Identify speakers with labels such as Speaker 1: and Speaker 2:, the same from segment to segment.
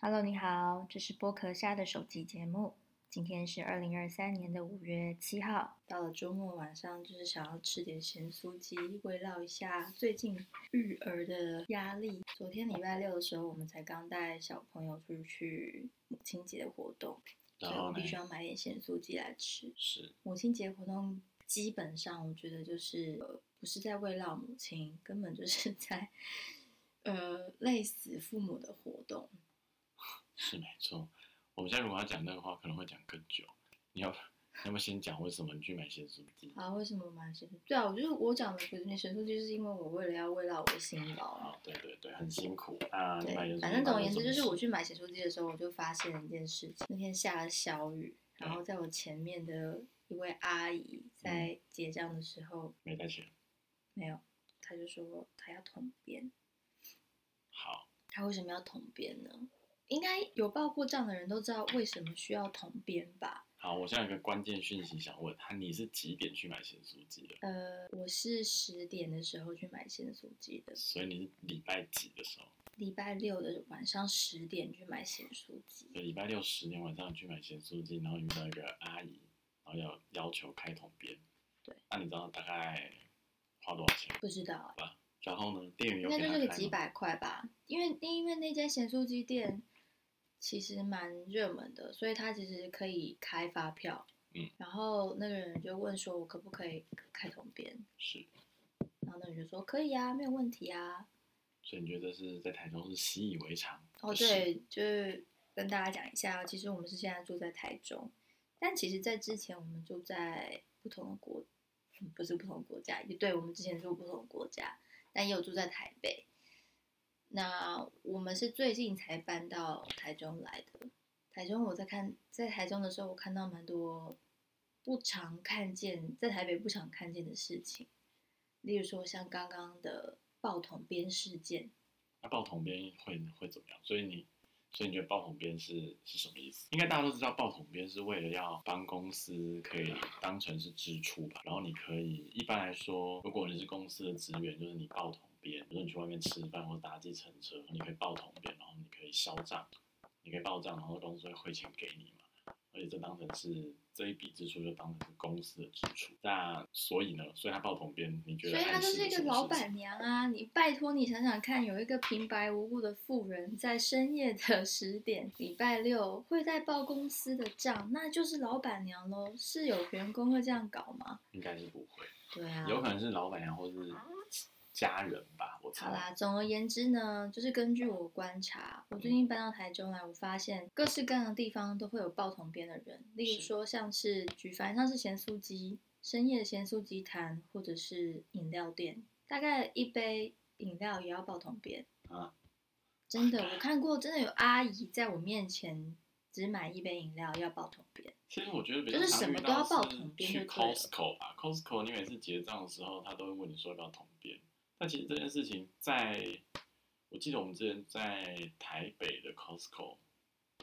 Speaker 1: Hello，你好，这是剥壳虾的首集节目。今天是二零二三年的五月七号。
Speaker 2: 到了周末晚上，就是想要吃点咸酥鸡，慰劳一下最近育儿的压力。昨天礼拜六的时候，我们才刚带小朋友出去母亲节的活动，所
Speaker 3: 然
Speaker 2: 以
Speaker 3: 后
Speaker 2: 我
Speaker 3: 呢
Speaker 2: 必？须要买点咸酥鸡来吃。
Speaker 3: 是
Speaker 2: 母亲节活动基本上，我觉得就是呃，不是在慰劳母亲，根本就是在呃累死父母的活动。
Speaker 3: 是没错。我们现在如果要讲那个话，可能会讲更久。你要你要不要先讲为什么你去买咸酥鸡？
Speaker 2: 啊，为什么买咸酥？对啊，我就是我讲的不是那咸酥鸡，就是因为我为了要慰劳我的辛劳。
Speaker 3: 哦，对对对，很辛苦啊。你买咸
Speaker 2: 对，
Speaker 3: 酥鸡
Speaker 2: 反正总而言之，
Speaker 3: 买
Speaker 2: 就
Speaker 3: 了
Speaker 2: 是
Speaker 3: 什么
Speaker 2: 我去买咸酥鸡的时候，我就发现了一件事情。那天下了小雨，然后在我前面的一位阿姨
Speaker 3: 嗯
Speaker 2: 在结账的时候，
Speaker 3: 没带钱。
Speaker 2: 没有，她就说她要统编。
Speaker 3: 好，
Speaker 2: 她为什么要统编呢？应该有报过账的人都知道为什么需要统编吧？
Speaker 3: 好，我现在有个关键讯息想问他，你是几点去买咸酥鸡的？
Speaker 2: 呃，我是十点的时候去买咸酥鸡的，
Speaker 3: 所以你是礼拜几的时候？
Speaker 2: 礼拜六的晚上十点去买咸酥鸡。
Speaker 3: 对，礼拜六十点晚上去买咸酥鸡，然后遇到一个阿姨，然后要要求开桶边。
Speaker 2: 对，
Speaker 3: 那你知道大概花多少钱？
Speaker 2: 不知道哎、
Speaker 3: 然后呢，店员有
Speaker 2: 应该
Speaker 3: 给
Speaker 2: 就
Speaker 3: 他
Speaker 2: 是个
Speaker 3: 开
Speaker 2: 几
Speaker 3: 吗
Speaker 2: 百块吧，因为因为那间咸酥鸡店其实蛮热门的，所以他其实可以开发票。
Speaker 3: 嗯，
Speaker 2: 然后那个人就问说：“我可不可以开同边
Speaker 3: 是。？”
Speaker 2: 然后那个人就说：“可以啊，没有问题啊。
Speaker 3: 所以你觉得是在台中是习以为常？”
Speaker 2: 哦，
Speaker 3: 不是，
Speaker 2: 对，就是跟大家讲一下，其实我们是现在住在台中，但其实在之前我们住在不同的国，嗯不是不同的国家，也对，我们之前住不同的国家，但也有住在台北。那我们是最近才搬到台中来的。台中我在看，在台中的时候，我看到蛮多不常看见，在台北不常看见的事情，例如说像刚刚的爆桶边事件，
Speaker 3: 那报桶边会会怎么样？所以你，所以你觉得报桶边是是什么意思？应该大家都知道，报桶边是为了要帮公司可以当成是支出吧。然后你可以一般来说，如果你是公司的职员，就是你报桶边，比如说你去外面吃饭或搭计程车，你可以报桶边，然后你可以销账，你可以报账，然后公司会汇钱给你嘛。而且这当成是这一笔支出，就当成是公司的支出。那所以呢，所以他报桶边，你觉得
Speaker 2: 所以她
Speaker 3: 暗
Speaker 2: 就
Speaker 3: 示
Speaker 2: 是一
Speaker 3: 了
Speaker 2: 个
Speaker 3: 什么
Speaker 2: 老
Speaker 3: 事情
Speaker 2: 板娘啊！你拜托你想想看，有一个平白无故的富人，在深夜的十点，礼拜六会在报公司的账，那就是老板娘喽。是有员工会这样搞吗？
Speaker 3: 应该是不会。
Speaker 2: 对啊。
Speaker 3: 有可能是老板娘或是家人吧，我
Speaker 2: 好
Speaker 3: 猜。
Speaker 2: 啦，总而言之呢，就是根据我观察，我
Speaker 3: 嗯
Speaker 2: 最近搬到台中来，我发现各式各样的地方都会有报同边的人，例如
Speaker 3: 是
Speaker 2: 说像是举凡像是咸酥鸡、深夜的咸酥鸡摊，或者是饮料店，大概一杯饮料也要报同边
Speaker 3: 啊。
Speaker 2: 真的，我看过，真的有阿姨在我面前只买一杯饮料要报同边，
Speaker 3: 其实我觉得比较
Speaker 2: 就是
Speaker 3: 常
Speaker 2: 什么
Speaker 3: 遇
Speaker 2: 都
Speaker 3: 到
Speaker 2: 要
Speaker 3: 是
Speaker 2: 报统编
Speaker 3: 去
Speaker 2: 就对了
Speaker 3: Costco 吧，Costco 你每次结账的时候，他都会问你说要不要统编。但其实这件事情在，我记得我们之前在台北的 Costco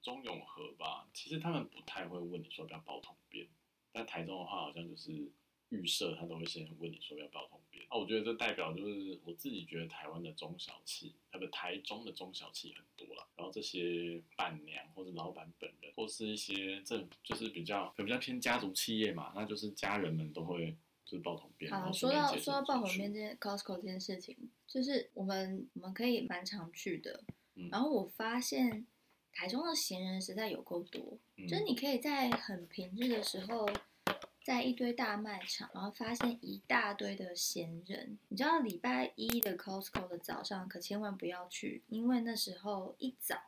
Speaker 3: 中永和吧，其实他们不太会问你说要不要报统编。但台中的话，好像就是预设他都会先问你说要不要统编。啊，我觉得这代表就是我自己觉得台湾的中小企，呃不，台中的中小企很多啦。然后这些板娘或者老板本人，或是一些政府，就是比较比较偏家族企业嘛，那就是家人们都会就是报统编。然
Speaker 2: 啊，
Speaker 3: 后
Speaker 2: 说
Speaker 3: 顺便
Speaker 2: 到
Speaker 3: 节省
Speaker 2: 说到爆
Speaker 3: 支
Speaker 2: 红
Speaker 3: 出
Speaker 2: 边这件 Costco 这件事情，就是我们我们可以蛮常去的，
Speaker 3: 嗯
Speaker 2: 然后我发现台中的闲人实在有够多，
Speaker 3: 嗯
Speaker 2: 就是你可以在很平日的时候，在一堆大卖场，然后发现一大堆的闲人。你知道礼拜一的 Costco 的早上可千万不要去，因为那时候一早。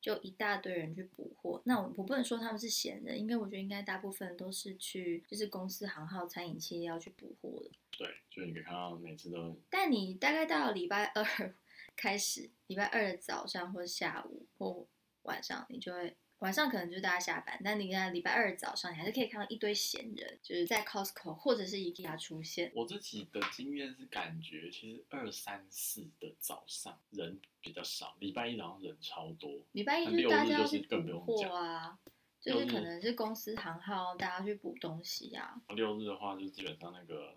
Speaker 2: 就一大堆人去补货，那我我不能说他们是闲人，应该我觉得应该大部分都是去就是公司行号、餐饮企业要去补货的。
Speaker 3: 对，就是你可以看到每次都
Speaker 2: 但你大概到礼拜二 开始，礼拜二的早上或下午或晚上，你就会晚上可能就是大家下班，但你看礼拜二的早上，你还是可以看到一堆闲人，就是在 Costco 或者是 IKEA 出现。
Speaker 3: 我自己的经验是，感觉其实二三四的早上人比较少，礼拜一早上人超多。
Speaker 2: 礼拜一
Speaker 3: 那
Speaker 2: 就是
Speaker 3: 六
Speaker 2: 大家
Speaker 3: 日就
Speaker 2: 要
Speaker 3: 是
Speaker 2: 去
Speaker 3: 更不
Speaker 2: 补
Speaker 3: 用
Speaker 2: 货
Speaker 3: 讲
Speaker 2: 啊，就是
Speaker 3: 六
Speaker 2: 可
Speaker 3: 日
Speaker 2: 能是公司行号，大家去补东西啊。
Speaker 3: 六日的话，就基本上那个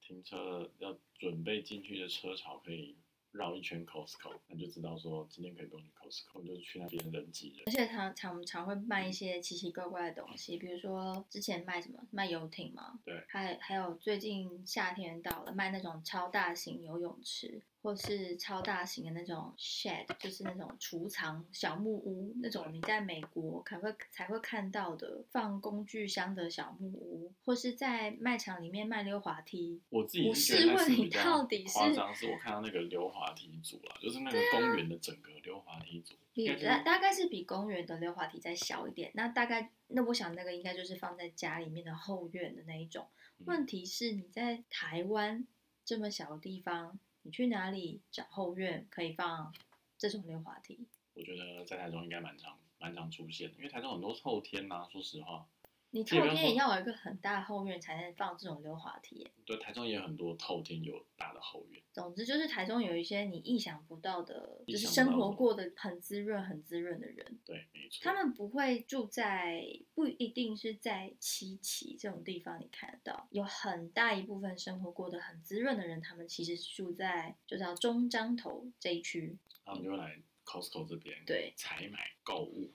Speaker 3: 停车要准备进去的车潮可以绕一圈 Costco，那你就知道说今天可以不用去 Costco，我们就去那边人挤人。
Speaker 2: 而且常常常会卖一些奇奇怪怪的东西，比如说之前卖什么卖游艇嘛，
Speaker 3: 对
Speaker 2: 还还有最近夏天到了卖那种超大型游泳池，或是超大型的那种 shed，就是那种储藏小木屋，那种你在美国才会才会看到的放工具箱的小木屋，或是在卖场里面卖溜滑梯。
Speaker 3: 我自己
Speaker 2: 我
Speaker 3: 是觉得
Speaker 2: 试
Speaker 3: 那
Speaker 2: 问
Speaker 3: 是
Speaker 2: 你
Speaker 3: 比较
Speaker 2: 到底是啊
Speaker 3: 夸张，是我看到那个溜滑梯组啦，就是那个公园的整个溜滑梯组，应
Speaker 2: 比
Speaker 3: 该就
Speaker 2: 大
Speaker 3: 是
Speaker 2: 大概是比公园的溜滑梯再小一点，那大概那我想那个应该就是放在家里面的后院的那一种。
Speaker 3: 嗯
Speaker 2: 问题是你在台湾这么小的地方，你去哪里找后院可以放这种溜滑梯？
Speaker 3: 我觉得在台中应该蛮常蛮常出现的，因为台中很多后天呐、说实话，
Speaker 2: 你
Speaker 3: 这个
Speaker 2: 后
Speaker 3: 要
Speaker 2: 天也
Speaker 3: 说
Speaker 2: 要有一个很大的后院才能放这种溜滑梯耶。
Speaker 3: 对台中也有很多后天有大的后院，
Speaker 2: 总之就是台中有一些你意想不到的，
Speaker 3: 意
Speaker 2: 就是
Speaker 3: 想不
Speaker 2: 生
Speaker 3: 到
Speaker 2: 活
Speaker 3: 的
Speaker 2: 过得很滋润、很滋润的人。
Speaker 3: 对，没错。
Speaker 2: 他们不会住在不一定是在七期这种地方，你看得到有很大一部分生活过得很滋润的人，他们其实是住在就叫中彰头这一区。
Speaker 3: 他们就会来 Costco 这边
Speaker 2: 对
Speaker 3: 采买购物，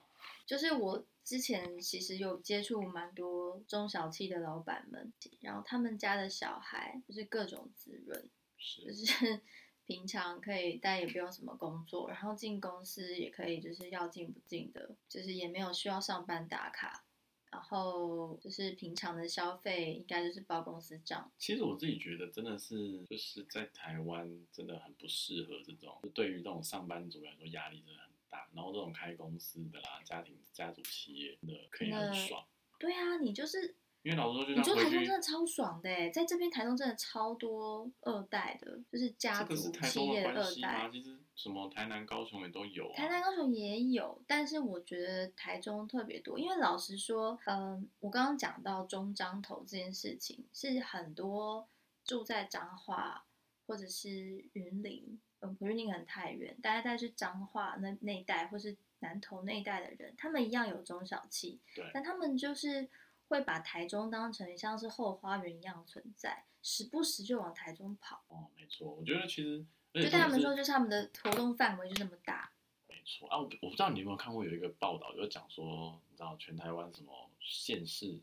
Speaker 2: 就是我之前其实有接触蛮多中小企的老板们，然后他们家的小孩就是各种滋润，就是是 平常可以，但也不用什么工作，然后进公司也可以，就是要进不进的，就是也没有需要上班打卡，然后就是平常的消费应该就是报公司账，
Speaker 3: 其实我自己觉得真的是就是在台湾真的很不适合这种，就对于这种上班族来说压力真的很大，然后这种开公司的啦、家庭家族企业的可以很爽，
Speaker 2: 对啊，你就是
Speaker 3: 因为老实说
Speaker 2: 你
Speaker 3: 就
Speaker 2: 住
Speaker 3: 像
Speaker 2: 台
Speaker 3: 啊
Speaker 2: 中真
Speaker 3: 回去。
Speaker 2: 的超爽的欸，在这边台中真的超多二代的，就是家族
Speaker 3: 这个是台
Speaker 2: 企
Speaker 3: 中的
Speaker 2: 业的
Speaker 3: 关
Speaker 2: 二
Speaker 3: 系吗？
Speaker 2: 代，
Speaker 3: 其实什么台南、高雄也都有、啊。
Speaker 2: 台南、高雄也有，但是我觉得台中特别多，因为老实说，嗯、我刚刚讲到中彰投这件事情，是很多住在彰化或者是云林，嗯，云林可能太远，大家再去彰化那那一带或是南投那一带的人，他们一样有中小企，
Speaker 3: 对
Speaker 2: 但他们就是会把台中当成像是后花园一样存在，时不时就往台中跑，
Speaker 3: 哦，没错，我觉得其实而
Speaker 2: 就对
Speaker 3: 且
Speaker 2: 他
Speaker 3: 重
Speaker 2: 们
Speaker 3: 点
Speaker 2: 说，
Speaker 3: 是
Speaker 2: 就是他们的活动范围就这么大。
Speaker 3: 没错啊，我不我不知道你有没有看过有一个报道，就是讲说，你知道全台湾什么县市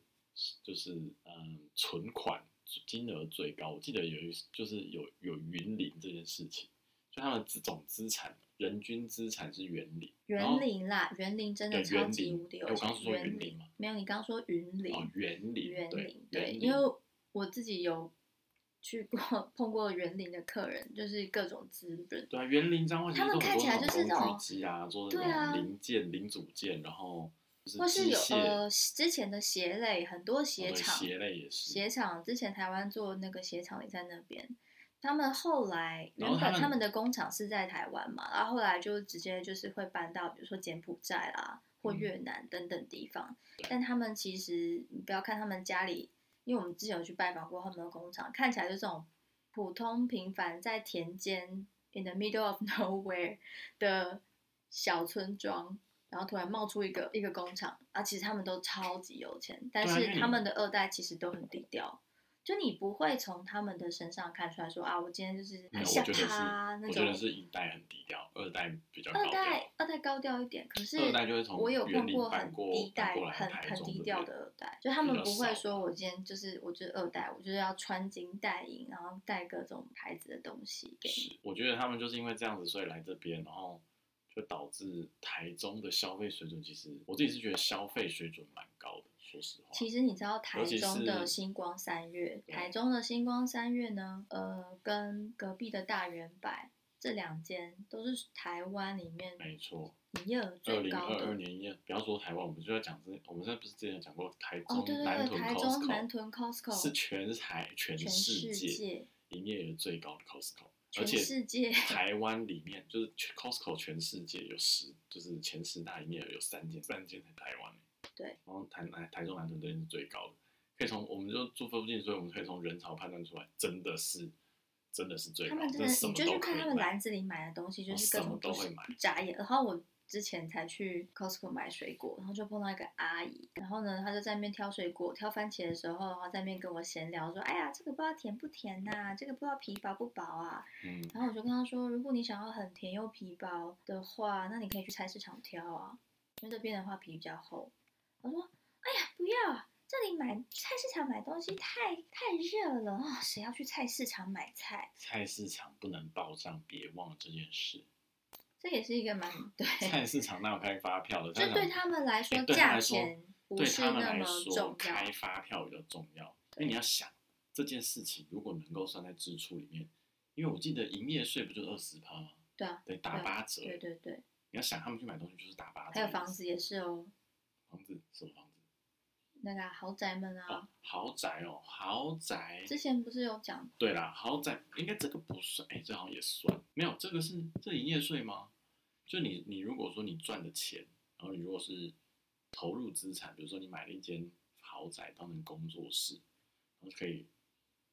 Speaker 3: 就是嗯存款金额最高，我记得有一就是有有云林这件事情，就他们资总资产人均资产是园林，然后
Speaker 2: 园林啦，园林真的
Speaker 3: 对
Speaker 2: 超
Speaker 3: 园
Speaker 2: 级
Speaker 3: 林
Speaker 2: 无敌有
Speaker 3: 哎我
Speaker 2: 钱。
Speaker 3: 刚说
Speaker 2: 园
Speaker 3: 园林嘛，
Speaker 2: 没有，你刚说云林，
Speaker 3: 哦园林
Speaker 2: 园
Speaker 3: 对
Speaker 2: 林对，
Speaker 3: 园
Speaker 2: 因
Speaker 3: 林
Speaker 2: 为我自己有去过碰过园林的客人，就是各种滋润，
Speaker 3: 对啊，园林彰化其实
Speaker 2: 他们
Speaker 3: 都很多
Speaker 2: 看起来就是那
Speaker 3: 那种
Speaker 2: 种
Speaker 3: 工具机啊，做
Speaker 2: 对啊
Speaker 3: 那种零件、零组件，然后就
Speaker 2: 或是
Speaker 3: 机
Speaker 2: 有
Speaker 3: 械
Speaker 2: 呃之前的鞋类，很多
Speaker 3: 哦
Speaker 2: 鞋
Speaker 3: 对
Speaker 2: 厂，
Speaker 3: 鞋类也是
Speaker 2: 鞋厂之前台湾做那个鞋厂也在那边。他们后来原
Speaker 3: 然后他
Speaker 2: 本他
Speaker 3: 们
Speaker 2: 们的工厂是在台湾嘛，然后后来就直接就是会搬到比如说柬埔寨啦或
Speaker 3: 嗯
Speaker 2: 越南等等地方，
Speaker 3: 对
Speaker 2: 但他们其实你不要看他们家里，因为我们之前有去拜访过他们的工厂，看起来就这种普通平凡在田间 in the middle of nowhere 的小村庄，然后突然冒出一个一个工厂，啊，其实他们都超级有钱，但
Speaker 3: 对啊因
Speaker 2: 是
Speaker 3: 为你
Speaker 2: 他们的二代其实都很低调。就你不会从他们的身上看出来说啊，我今天就是
Speaker 3: 没
Speaker 2: 很下
Speaker 3: 有，嗯我觉得
Speaker 2: 趴
Speaker 3: 是，
Speaker 2: 那
Speaker 3: 我觉
Speaker 2: 种
Speaker 3: 得。是一代很低调，二代比较高
Speaker 2: 二
Speaker 3: 调。
Speaker 2: 代二代高调一点，可是
Speaker 3: 二代就是从
Speaker 2: 我有
Speaker 3: 园
Speaker 2: 碰
Speaker 3: 林
Speaker 2: 过
Speaker 3: 搬
Speaker 2: 很
Speaker 3: 过
Speaker 2: 低代
Speaker 3: 搬过、来
Speaker 2: 很
Speaker 3: 台
Speaker 2: 很
Speaker 3: 中
Speaker 2: 低
Speaker 3: 这
Speaker 2: 调
Speaker 3: 边
Speaker 2: 的二代，就他们
Speaker 3: 比较
Speaker 2: 不会
Speaker 3: 少
Speaker 2: 说我今天就是我就是二代，我就是要穿金戴银，然后带各种牌子的东西给你。
Speaker 3: 是，我觉得他们就是因为这样子，所以来这边，然后就导致台中的消费水准，其实我自己是觉得消费水准蛮高的，说实话。
Speaker 2: 其实你知道台
Speaker 3: 尤其
Speaker 2: 中的
Speaker 3: 是
Speaker 2: 星光三月，
Speaker 3: 对
Speaker 2: 台中的星光三月呢，呃，跟隔壁的大圆柏这两间都是台湾里面
Speaker 3: 没错，
Speaker 2: 营业额
Speaker 3: 二
Speaker 2: 最
Speaker 3: 零
Speaker 2: 高
Speaker 3: 哎二二
Speaker 2: 的。
Speaker 3: 年一月，不要说台湾，我们就在讲这，我们现在不是之前有讲过台中、
Speaker 2: 哦，对对
Speaker 3: 南
Speaker 2: 对，
Speaker 3: 屯
Speaker 2: 台中南
Speaker 3: Costco，
Speaker 2: 屯 Costco
Speaker 3: 是全台全
Speaker 2: 全
Speaker 3: 世界
Speaker 2: 界
Speaker 3: 营业额最高的 Costco，而
Speaker 2: 全
Speaker 3: 且
Speaker 2: 世界
Speaker 3: 台湾里面就是全 Costco 全世界有十，就是前十大营业额有三间，三间在台湾欸。
Speaker 2: 对
Speaker 3: 然后台南台中南屯这边是最高的，可以从我们就住附近，所以我们可以从人潮判断出来，真的是真的是最高，
Speaker 2: 他们真
Speaker 3: 这
Speaker 2: 的，
Speaker 3: 什
Speaker 2: 你
Speaker 3: 么
Speaker 2: 就
Speaker 3: 都
Speaker 2: 去
Speaker 3: 可
Speaker 2: 看
Speaker 3: 以
Speaker 2: 他们
Speaker 3: 买。
Speaker 2: 篮子里买的东西，就
Speaker 3: 我
Speaker 2: 是
Speaker 3: 什
Speaker 2: 各
Speaker 3: 么
Speaker 2: 种
Speaker 3: 都
Speaker 2: 不
Speaker 3: 会
Speaker 2: 是
Speaker 3: 买
Speaker 2: 眨眼。然后我之前才去 Costco 买水果，然后就碰到一个阿姨，然后呢，她就在那边挑水果，挑番茄的时候，然后在那边跟我闲聊说：“哎呀，这个不知道甜不甜呐、这个不知道皮薄不薄啊。”
Speaker 3: 嗯，
Speaker 2: 然后我就跟她说：“如果你想要很甜又皮薄的话，那你可以去菜市场挑啊，因为这边的话皮比较厚。”我说：“哎呀，不要啊！这里买菜市场买东西太太热了哦，谁要去菜市场买菜？
Speaker 3: 菜市场不能报账，别忘了这件事。
Speaker 2: 这也是一 个蛮对。”
Speaker 3: 菜市场哪有开发票的？
Speaker 2: 就对他们来说
Speaker 3: 哎，对他
Speaker 2: 价
Speaker 3: 来说
Speaker 2: 钱不
Speaker 3: 对
Speaker 2: 是
Speaker 3: 他们
Speaker 2: 那
Speaker 3: 来
Speaker 2: 么
Speaker 3: 说
Speaker 2: 重
Speaker 3: 开
Speaker 2: 要。
Speaker 3: 发票比较重要，因为你要想这件事情如果能够算在支出里面，因为我记得营业税不就二十趴吗？
Speaker 2: 对啊，
Speaker 3: 对，打
Speaker 2: 对
Speaker 3: 八折。
Speaker 2: 对对对，
Speaker 3: 你要想他们去买东西就是打八折。
Speaker 2: 还有房，子也是哦，
Speaker 3: 房子什么房子？
Speaker 2: 那个啊豪宅们
Speaker 3: 哦
Speaker 2: 啊，，
Speaker 3: 豪宅哦，豪宅。
Speaker 2: 之前不是有讲
Speaker 3: 对啦，豪宅应该这个不算，哎、这好像也算，没有，这个是这营业税吗？就你你如果说你赚的钱，然后你如果是投入资产，比如说你买了一间豪宅当成工作室，然后可以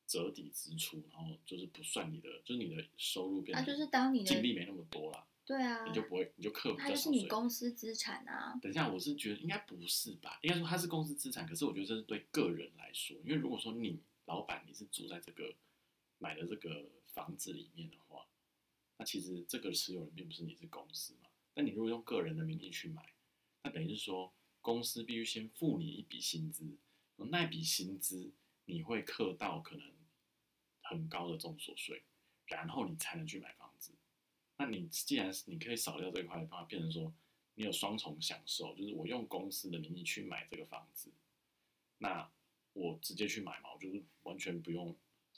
Speaker 3: 折抵支出，然后就是不算你的，就是你的收入变
Speaker 2: 那
Speaker 3: 成
Speaker 2: 啊就是当你
Speaker 3: 净
Speaker 2: 的
Speaker 3: 利没那么多啦，
Speaker 2: 对啊
Speaker 3: 你，就不会你就课比
Speaker 2: 它就
Speaker 3: 较少
Speaker 2: 是你
Speaker 3: 税。
Speaker 2: 公司资产啊，
Speaker 3: 等一下，我是觉得应该不是吧？应该说它是公司资产，可是我觉得这是对个人来说，因为如果说你老板你是住在这个买的这个房子里面的话，那其实这个持有人并不是你是公司嘛。但你如果用个人的名义去买，那等于是说公司必须先付你一笔薪资，那笔薪资你会课到可能很高的重所税，然后你才能去买房子。那你既然是你可以少掉这一块的话，变成说你有双重享受，就是我用公司的名义去买这个房子，那我直接去买嘛，我就是完全不用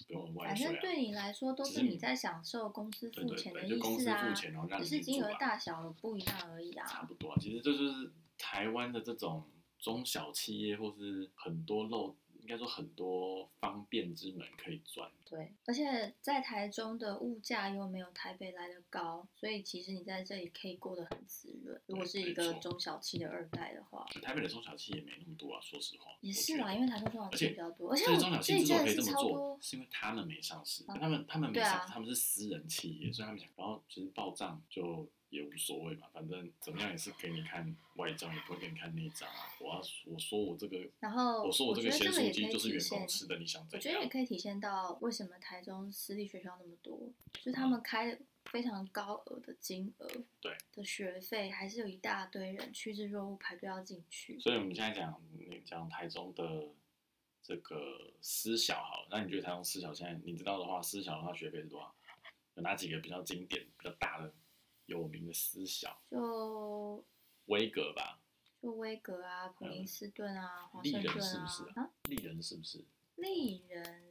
Speaker 3: 不用额外
Speaker 2: 反
Speaker 3: 税、啊。
Speaker 2: 正对你来说都
Speaker 3: 只
Speaker 2: 是
Speaker 3: 是
Speaker 2: 你
Speaker 3: 你
Speaker 2: 在享受公司
Speaker 3: 对
Speaker 2: 付
Speaker 3: 对
Speaker 2: 钱的
Speaker 3: 对，就
Speaker 2: 意
Speaker 3: 公司
Speaker 2: 思
Speaker 3: 付
Speaker 2: 啊，
Speaker 3: 钱，然后让
Speaker 2: 只
Speaker 3: 你
Speaker 2: 是
Speaker 3: 去
Speaker 2: 金
Speaker 3: 住
Speaker 2: 额
Speaker 3: 吧
Speaker 2: 大小的不一样而已
Speaker 3: 差
Speaker 2: 啊。
Speaker 3: 不多啊。其实这就是台湾的这种中小企业，或是很多漏，应该说很多方便之门可以赚。
Speaker 2: 对，而且在台中的物价又没有台北来的高，所以其实你在这里可以过得很滋润。如果是一
Speaker 3: 没
Speaker 2: 个
Speaker 3: 错
Speaker 2: 中小企的二代的话，
Speaker 3: 台北的中小企业没那么多啊，说实话。
Speaker 2: 也是
Speaker 3: 我觉
Speaker 2: 啦，
Speaker 3: 得
Speaker 2: 因为台中中小企
Speaker 3: 而且
Speaker 2: 比较多，而且
Speaker 3: 这
Speaker 2: 我
Speaker 3: 些中小企
Speaker 2: 这
Speaker 3: 业
Speaker 2: 里真的
Speaker 3: 之所以可以
Speaker 2: 是
Speaker 3: 这么
Speaker 2: 超
Speaker 3: 做
Speaker 2: 多，，
Speaker 3: 是因为他们没上市，
Speaker 2: 啊
Speaker 3: 他们他们没
Speaker 2: 对啊
Speaker 3: 上市，他们是私人企业，所以他们想，然后其实报账就也无所谓嘛，反正怎么样也是给你看外账，也不会给你看内账啊。我要我说我这个，
Speaker 2: 然后
Speaker 3: 我说我这
Speaker 2: 觉得这
Speaker 3: 咸
Speaker 2: 个
Speaker 3: 酥
Speaker 2: 也可
Speaker 3: 鸡
Speaker 2: 以
Speaker 3: 就是
Speaker 2: 体
Speaker 3: 员
Speaker 2: 现
Speaker 3: 工，吃的，你想
Speaker 2: 我
Speaker 3: 怎
Speaker 2: 觉得也
Speaker 3: 样？
Speaker 2: 可以体现到为什么台中私立学校那么多，就是他们开非常高额的金额，
Speaker 3: 嗯对
Speaker 2: 的学费，还是有一大堆人趋之若鹜排队要进去。
Speaker 3: 所以我们现在讲，你讲台中的这个私小好了，那你觉得台中私小现在你知道的话，私小的话学费是多少？有哪几个比较经典、比较大的、有名的私小？
Speaker 2: 就
Speaker 3: 威格吧，
Speaker 2: 就威格啊、普林
Speaker 3: 嗯
Speaker 2: 斯顿啊、华
Speaker 3: 丽
Speaker 2: 盛
Speaker 3: 人
Speaker 2: 顿
Speaker 3: 是不
Speaker 2: 啊
Speaker 3: 是啊
Speaker 2: 啊，
Speaker 3: 丽人是不是？
Speaker 2: 丽人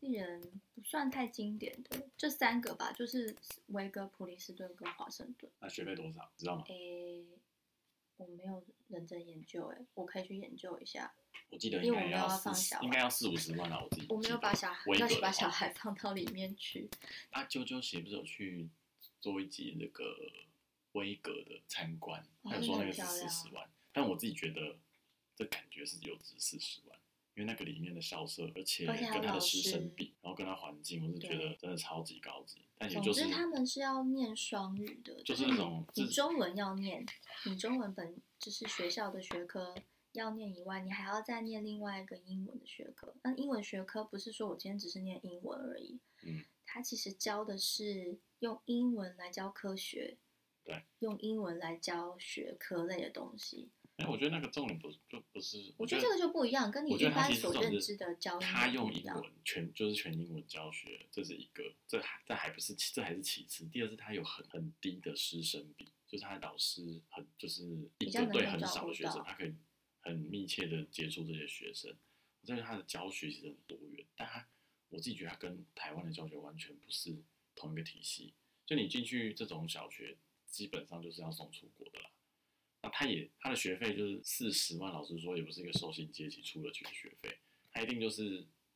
Speaker 2: 丽人不算太经典的，这三个吧，就是威格、普林斯顿跟华盛顿。
Speaker 3: 那学费多少？知道吗？
Speaker 2: 诶、我没有认真研究、诶，我可以去研究一下。
Speaker 3: 我记得
Speaker 2: 因
Speaker 3: 应
Speaker 2: 为我
Speaker 3: 该
Speaker 2: 没有要
Speaker 3: 四
Speaker 2: 放
Speaker 3: 十
Speaker 2: 小，孩
Speaker 3: 应该要四五十万了。我自己
Speaker 2: 我没有把小孩，
Speaker 3: 威
Speaker 2: 要
Speaker 3: 格
Speaker 2: 去把
Speaker 3: 的
Speaker 2: 小
Speaker 3: 话，
Speaker 2: 孩放到里面 去。
Speaker 3: 啊，啾啾鞋不是有去做一集那个威格的参观，
Speaker 2: 哦
Speaker 3: 他有说
Speaker 2: 那个
Speaker 3: 那个是
Speaker 2: 很漂
Speaker 3: 四
Speaker 2: 亮
Speaker 3: 十万，但我自己觉得这感觉是有值四十万，因为那个里面的校舍，而且
Speaker 2: 而且还有
Speaker 3: 跟他
Speaker 2: 老
Speaker 3: 的师
Speaker 2: 师
Speaker 3: 生比，然后跟他环境，我是觉
Speaker 2: 对
Speaker 3: 得真的超级高级。但也
Speaker 2: 总
Speaker 3: 就
Speaker 2: 之，
Speaker 3: 是
Speaker 2: 他们是要念双语的，
Speaker 3: 就是
Speaker 2: 你
Speaker 3: 那种就
Speaker 2: 你
Speaker 3: 是
Speaker 2: 中文要念，你中文本就是学校的学科要念以外，你还要再念另外一个英文的学科。那英文学科不是说我今天只是念英文而已，
Speaker 3: 嗯，
Speaker 2: 它其实教的是用英文来教科学，
Speaker 3: 对，
Speaker 2: 用英文来教学科类的东西。
Speaker 3: 哎，我觉得那个重点不就不是，
Speaker 2: 我觉得这个就不一样，跟你
Speaker 3: 我觉
Speaker 2: 一
Speaker 3: 得他
Speaker 2: 般
Speaker 3: 其实
Speaker 2: 所
Speaker 3: 重点
Speaker 2: 认
Speaker 3: 是
Speaker 2: 知的教英
Speaker 3: 他
Speaker 2: 文不
Speaker 3: 用
Speaker 2: 一
Speaker 3: 英
Speaker 2: 样
Speaker 3: 文全就是全英文教学，这是一个，这还这还不是其这还是其次。第二是他有很很低的师生比，就是他的导师很就是一
Speaker 2: 比较
Speaker 3: 个
Speaker 2: 能
Speaker 3: 对
Speaker 2: 够
Speaker 3: 很
Speaker 2: 照
Speaker 3: 少
Speaker 2: 顾
Speaker 3: 的学生
Speaker 2: 到，
Speaker 3: 他可以很密切的接触这些学生。我在他的教学其实很多元，但他我自己觉得他跟台湾的教学完全不是同一个体系。就你进去这种小学，基本上就是要送出国的啦。那他也他的学费就是四十万，老实说也不是一个受薪阶级出得起的学费，他一定就是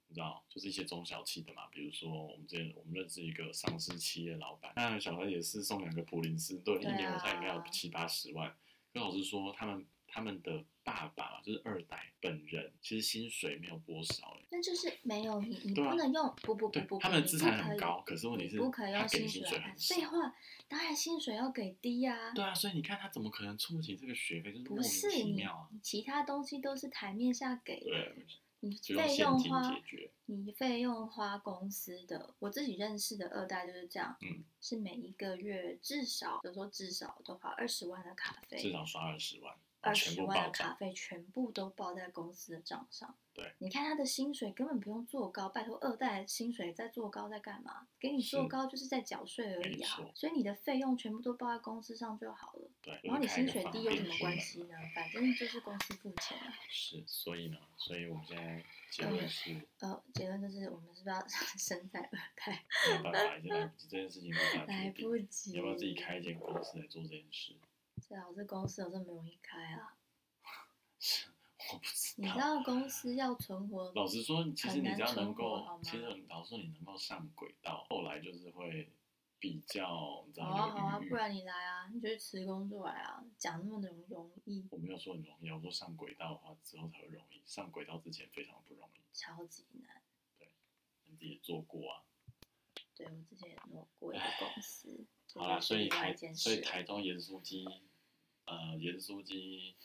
Speaker 3: 你知道，就是一些中小企的嘛，比如说我们之前我们认识一个上市企业老板，那小孩也是送两个普林斯顿，一
Speaker 2: 对啊
Speaker 3: 年我猜应该有七八十万。跟老师说，他们他们的爸爸就是二代本人，其实薪水没有多少、欸，
Speaker 2: 那就是没有你，你
Speaker 3: 对啊
Speaker 2: 不能用不不不
Speaker 3: 对
Speaker 2: 不，，
Speaker 3: 他们的资产很高，可是问
Speaker 2: 你
Speaker 3: 题是
Speaker 2: 不可以，你不可以
Speaker 3: 他
Speaker 2: 用
Speaker 3: 给
Speaker 2: 薪
Speaker 3: 的
Speaker 2: 水哎来
Speaker 3: 薪水
Speaker 2: 看
Speaker 3: 很少
Speaker 2: 废。话，当然薪水要给低呀、
Speaker 3: 对啊，所以你看他怎么可能出得起这个学费，就是莫
Speaker 2: 不
Speaker 3: 名
Speaker 2: 是
Speaker 3: 其
Speaker 2: 你
Speaker 3: 妙啊。，
Speaker 2: 你其他东西都是台面下给的
Speaker 3: 对，，
Speaker 2: 你
Speaker 3: 就用
Speaker 2: 费
Speaker 3: 现
Speaker 2: 用
Speaker 3: 金
Speaker 2: 花
Speaker 3: 解决。
Speaker 2: 你费用花公司的，我自己认识的二代就是这样，
Speaker 3: 嗯
Speaker 2: 是每一个月至少，有时候至少都花二十万的卡
Speaker 3: 至
Speaker 2: 费，
Speaker 3: 少刷二十万，
Speaker 2: 二
Speaker 3: 全
Speaker 2: 十
Speaker 3: 部
Speaker 2: 万
Speaker 3: 报
Speaker 2: 的
Speaker 3: 账。
Speaker 2: 卡费全部都报在公司的账上。
Speaker 3: 对，
Speaker 2: 你看他的薪水根本不用做高，拜托二代的薪水在做高在干嘛？给你做
Speaker 3: 是
Speaker 2: 高就是在缴税而
Speaker 3: 没
Speaker 2: 已啊
Speaker 3: 错，
Speaker 2: 所以你的费用全部都报在公司上就好了。
Speaker 3: 对，
Speaker 2: 然后你
Speaker 3: 就是
Speaker 2: 薪
Speaker 3: 开一个
Speaker 2: 水
Speaker 3: 方
Speaker 2: 低有什
Speaker 3: 便
Speaker 2: 么
Speaker 3: 之
Speaker 2: 关
Speaker 3: 门
Speaker 2: 系呢？反正就是公司付钱啊。
Speaker 3: 是，所以呢，所以我们 现在结论是没
Speaker 2: 呃，结论就是我们是不是要 生在二代？
Speaker 3: 有办 法，已经来不及，这件事情没办法
Speaker 2: 来
Speaker 3: 决
Speaker 2: 不
Speaker 3: 定。
Speaker 2: 及。
Speaker 3: 你要不要自己开一间公司来做这件事？
Speaker 2: 最好这公司有这么容易开啊？
Speaker 3: 我不知
Speaker 2: 你知
Speaker 3: 道。
Speaker 2: 道公司要存活，
Speaker 3: 老实说，其实
Speaker 2: 很
Speaker 3: 你
Speaker 2: 难
Speaker 3: 只要
Speaker 2: 存
Speaker 3: 能
Speaker 2: 活好
Speaker 3: 够
Speaker 2: 吗，
Speaker 3: 其实老实说，你能够上轨道，后来就是会比较，你知
Speaker 2: 好
Speaker 3: 道
Speaker 2: 啊好啊
Speaker 3: 有，余裕
Speaker 2: 不。然你来啊，你就去辞工作来啊，讲那么容容易，
Speaker 3: 我没有说很容易，我说上轨道的话之后才会容易，上轨道之前非常不容易。
Speaker 2: 超级难。
Speaker 3: 你自己也做过啊，
Speaker 2: 对我之前也弄过一个公司，这
Speaker 3: 好啦，
Speaker 2: 就是
Speaker 3: 所以
Speaker 2: 另外
Speaker 3: 台
Speaker 2: 一件
Speaker 3: 所以
Speaker 2: 事。
Speaker 3: 台中盐酥鸡，呃，盐酥鸡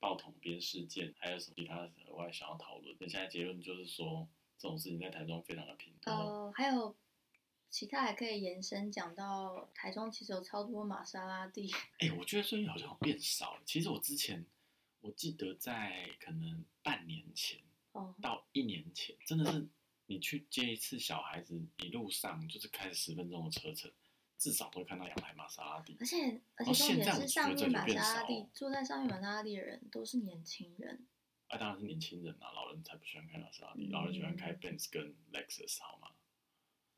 Speaker 3: 爆桶边事件，还有什么其他的额外想要讨论？那现在结论就是说，这种事情在台中非常的频多。
Speaker 2: 呃，还有其他还可以延伸讲到台中，其实有超多玛莎拉蒂，
Speaker 3: 哎、我觉得最近好像有变少了。其实我之前，我记得在可能半年前
Speaker 2: 哦，
Speaker 3: 到一年前，真的是你去接一次小孩子，一路上就是开十分钟的车程，至少会看到两台玛莎拉蒂
Speaker 2: 而。且而且重
Speaker 3: 哦现
Speaker 2: 点
Speaker 3: 在
Speaker 2: 是
Speaker 3: 我
Speaker 2: 上
Speaker 3: 觉得
Speaker 2: 面玛莎
Speaker 3: 有变
Speaker 2: 拉
Speaker 3: 少
Speaker 2: 蒂
Speaker 3: 哦
Speaker 2: 坐在上面玛莎拉蒂的人都是年轻人，
Speaker 3: 啊，当然是年轻人啊，老人才不喜欢开玛莎拉蒂，老人喜欢开
Speaker 2: 嗯
Speaker 3: Benz 跟 Lexus 好吗？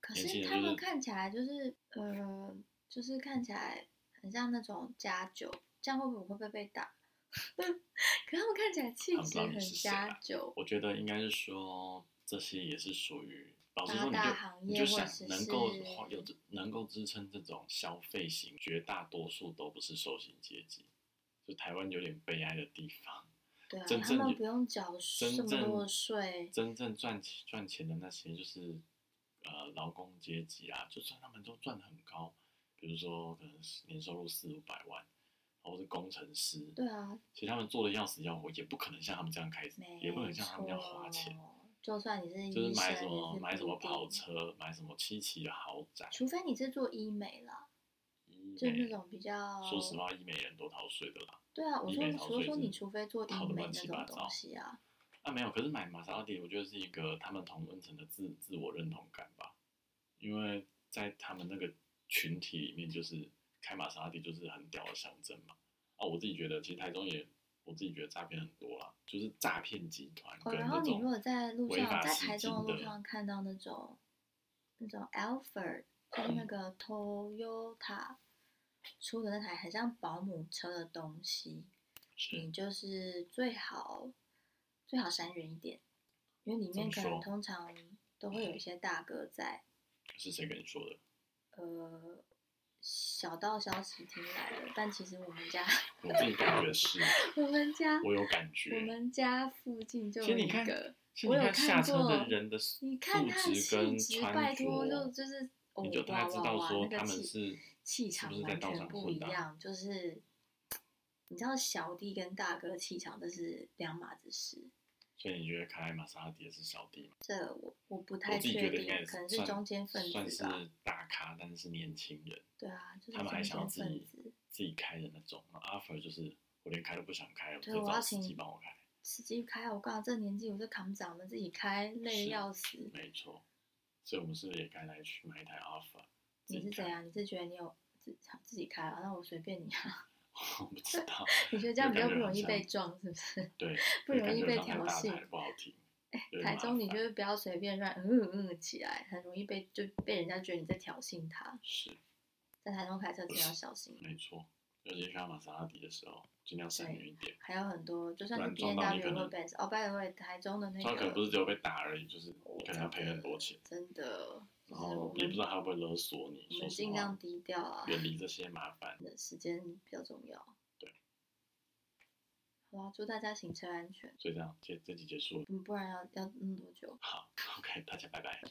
Speaker 2: 可
Speaker 3: 年轻
Speaker 2: 是
Speaker 3: 人
Speaker 2: 他
Speaker 3: 就
Speaker 2: 们
Speaker 3: 是
Speaker 2: 看起来就是呃，就是看起来很像那种家酒，这样会不会我会不会被打？ 可他们看起来气
Speaker 3: 他们不知
Speaker 2: 质
Speaker 3: 道
Speaker 2: 很
Speaker 3: 你是谁啊
Speaker 2: 家酒，
Speaker 3: 我觉得应该是说这些也是属于，老实
Speaker 2: 八
Speaker 3: 说你
Speaker 2: 啊大
Speaker 3: 就
Speaker 2: 行
Speaker 3: 你
Speaker 2: 业
Speaker 3: 就
Speaker 2: 或
Speaker 3: 想
Speaker 2: 者
Speaker 3: 能够
Speaker 2: 是
Speaker 3: 花有这能够支撑这种消费型，绝大多数都不是受薪阶级，就台湾有点悲哀的地方。
Speaker 2: 对啊，
Speaker 3: 真
Speaker 2: 他
Speaker 3: 正
Speaker 2: 们
Speaker 3: 有
Speaker 2: 不用缴这
Speaker 3: 真
Speaker 2: 么多的
Speaker 3: 正
Speaker 2: 税，
Speaker 3: 真正赚钱赚钱的那些就是呃劳工阶级啊，就算他们都赚得很高，比如说可能是年收入四五百万，然后是工程师，
Speaker 2: 对啊，
Speaker 3: 其实他们做的要死要活，也不可能像他们这样开，
Speaker 2: 没
Speaker 3: 也不能像他们这样花钱，
Speaker 2: 错。就算你是医生，
Speaker 3: 就是买什
Speaker 2: 也
Speaker 3: 么
Speaker 2: 是
Speaker 3: 买什
Speaker 2: 不
Speaker 3: 么
Speaker 2: 一定
Speaker 3: 跑，车，买什么七期的豪宅，
Speaker 2: 除非你是做医美啦，
Speaker 3: 医
Speaker 2: 就是那
Speaker 3: 美。
Speaker 2: 种比较，
Speaker 3: 说实话，医美人都逃税的啦。
Speaker 2: 对啊，我
Speaker 3: 医
Speaker 2: 说
Speaker 3: 美逃
Speaker 2: 我
Speaker 3: 税
Speaker 2: 说
Speaker 3: 是
Speaker 2: 你除非做
Speaker 3: 逃
Speaker 2: 医
Speaker 3: 得
Speaker 2: 美
Speaker 3: 乱
Speaker 2: 那
Speaker 3: 七
Speaker 2: 种
Speaker 3: 八
Speaker 2: 东
Speaker 3: 糟
Speaker 2: 西啊，
Speaker 3: 啊，没有，可是买玛莎拉蒂，我觉得是一个他们同温层的自自我认同感吧，因为在他们那个群体里面，就是开玛莎拉蒂就是很屌的象征嘛。啊，我自己觉得，其实台中也，我自己觉得诈骗很多啦，就是诈骗集团
Speaker 2: 哦，
Speaker 3: 跟
Speaker 2: 然
Speaker 3: 那
Speaker 2: 后你如
Speaker 3: 种
Speaker 2: 果在路
Speaker 3: 违
Speaker 2: 上，
Speaker 3: 法
Speaker 2: 在
Speaker 3: 吸
Speaker 2: 台
Speaker 3: 金
Speaker 2: 中的路
Speaker 3: 的
Speaker 2: 上看到那种那种 Alphard，就是
Speaker 3: 嗯
Speaker 2: 那个 Toyota 出的那台很像保姆车的东西，
Speaker 3: 是
Speaker 2: 你就是最好最好闪远一点，因为里
Speaker 3: 怎
Speaker 2: 面
Speaker 3: 么
Speaker 2: 可能
Speaker 3: 说嗯
Speaker 2: 通常都会有一些大哥在，
Speaker 3: 是谁跟你说的？
Speaker 2: 呃，小道消息听来了，但其实我们家
Speaker 3: 我自己感觉是，
Speaker 2: 我们家
Speaker 3: 我有感
Speaker 2: 我
Speaker 3: 觉。
Speaker 2: 们家附近就
Speaker 3: 其实
Speaker 2: 有
Speaker 3: 你
Speaker 2: 一
Speaker 3: 看
Speaker 2: 个。
Speaker 3: 是
Speaker 2: 我
Speaker 3: 你
Speaker 2: 有
Speaker 3: 看下
Speaker 2: 看
Speaker 3: 车
Speaker 2: 过
Speaker 3: 的人的素
Speaker 2: 你看他的
Speaker 3: 质
Speaker 2: 气
Speaker 3: 跟
Speaker 2: 质，
Speaker 3: 穿
Speaker 2: 拜托，就
Speaker 3: 着
Speaker 2: 就是哦
Speaker 3: 你就
Speaker 2: 哇
Speaker 3: 大概知
Speaker 2: 哇
Speaker 3: 道
Speaker 2: 哇
Speaker 3: 说
Speaker 2: 那
Speaker 3: 他
Speaker 2: 个
Speaker 3: 们
Speaker 2: 气
Speaker 3: 是
Speaker 2: 气
Speaker 3: 是
Speaker 2: 场
Speaker 3: 不是在
Speaker 2: 完
Speaker 3: 道
Speaker 2: 全
Speaker 3: 上
Speaker 2: 不
Speaker 3: 混
Speaker 2: 一
Speaker 3: 的啊
Speaker 2: 样，就是你知道小弟跟大哥气场这是两码子事，
Speaker 3: 所以你觉得开玛莎拉蒂的是小弟吗？
Speaker 2: 这我我不
Speaker 3: 我
Speaker 2: 太
Speaker 3: 自己
Speaker 2: 确
Speaker 3: 觉得应
Speaker 2: 定
Speaker 3: 该，
Speaker 2: 可能
Speaker 3: 算
Speaker 2: 中间分
Speaker 3: 算
Speaker 2: 子吧，
Speaker 3: 是大咖，但是是年轻人，
Speaker 2: 对啊，就是
Speaker 3: 他们还
Speaker 2: 中
Speaker 3: 想要
Speaker 2: 间
Speaker 3: 自
Speaker 2: 分
Speaker 3: 己
Speaker 2: 子。
Speaker 3: 自己开的那种。那 offer 就是我连开都不想开，我
Speaker 2: 对
Speaker 3: 就
Speaker 2: 我
Speaker 3: 找
Speaker 2: 要
Speaker 3: 司机
Speaker 2: 请
Speaker 3: 帮我开。
Speaker 2: 司机开，啊我告诉你，这年纪我就扛不长，我们自己开累
Speaker 3: 是
Speaker 2: 得要死。
Speaker 3: 没错，所以我们是不是也该来去买一台 offer？
Speaker 2: 你是怎
Speaker 3: 谁啊？
Speaker 2: 样？你是觉得你有自自己开啊？那我随便你啊？
Speaker 3: 我不知道。
Speaker 2: 你觉得这样
Speaker 3: 有
Speaker 2: 比较不
Speaker 3: 感觉
Speaker 2: 容
Speaker 3: 好
Speaker 2: 易被
Speaker 3: 像
Speaker 2: 撞，是不是？
Speaker 3: 对，
Speaker 2: 不
Speaker 3: 有
Speaker 2: 容
Speaker 3: 感
Speaker 2: 易
Speaker 3: 觉
Speaker 2: 被
Speaker 3: 上太
Speaker 2: 调
Speaker 3: 大
Speaker 2: 戏哎
Speaker 3: 台不好听。有点
Speaker 2: 台
Speaker 3: 麻
Speaker 2: 中，你就
Speaker 3: 烦
Speaker 2: 是不要随便乱嗯嗯起来，很容易被就被人家觉得你在挑衅他。
Speaker 3: 是
Speaker 2: 在台中开车真的要小心，
Speaker 3: 没错，尤其是开玛莎拉蒂的时候，尽量闪
Speaker 2: 对
Speaker 3: 远一点。
Speaker 2: 还有很多就算
Speaker 3: 不
Speaker 2: 是 B
Speaker 3: 然撞
Speaker 2: N
Speaker 3: 到你
Speaker 2: W
Speaker 3: 可
Speaker 2: 或
Speaker 3: 能
Speaker 2: Benz，哦，by the way，台中的那
Speaker 3: 他可能不是
Speaker 2: 个
Speaker 3: 只有被打而已，就是
Speaker 2: 我
Speaker 3: 你可能要赔很多钱，
Speaker 2: 真的，就
Speaker 3: 然
Speaker 2: 是我
Speaker 3: 后
Speaker 2: 们
Speaker 3: 哦你也不知道他会不会勒索你。
Speaker 2: 我
Speaker 3: 说
Speaker 2: 们
Speaker 3: 实
Speaker 2: 尽
Speaker 3: 话
Speaker 2: 量，低调啊，
Speaker 3: 远离这些麻烦。
Speaker 2: 时间比较重要。哇，啊祝大家行车安全。
Speaker 3: 所以这样，这这集结束了，
Speaker 2: 嗯，不然要要弄多久？
Speaker 3: 好，OK，大家拜拜。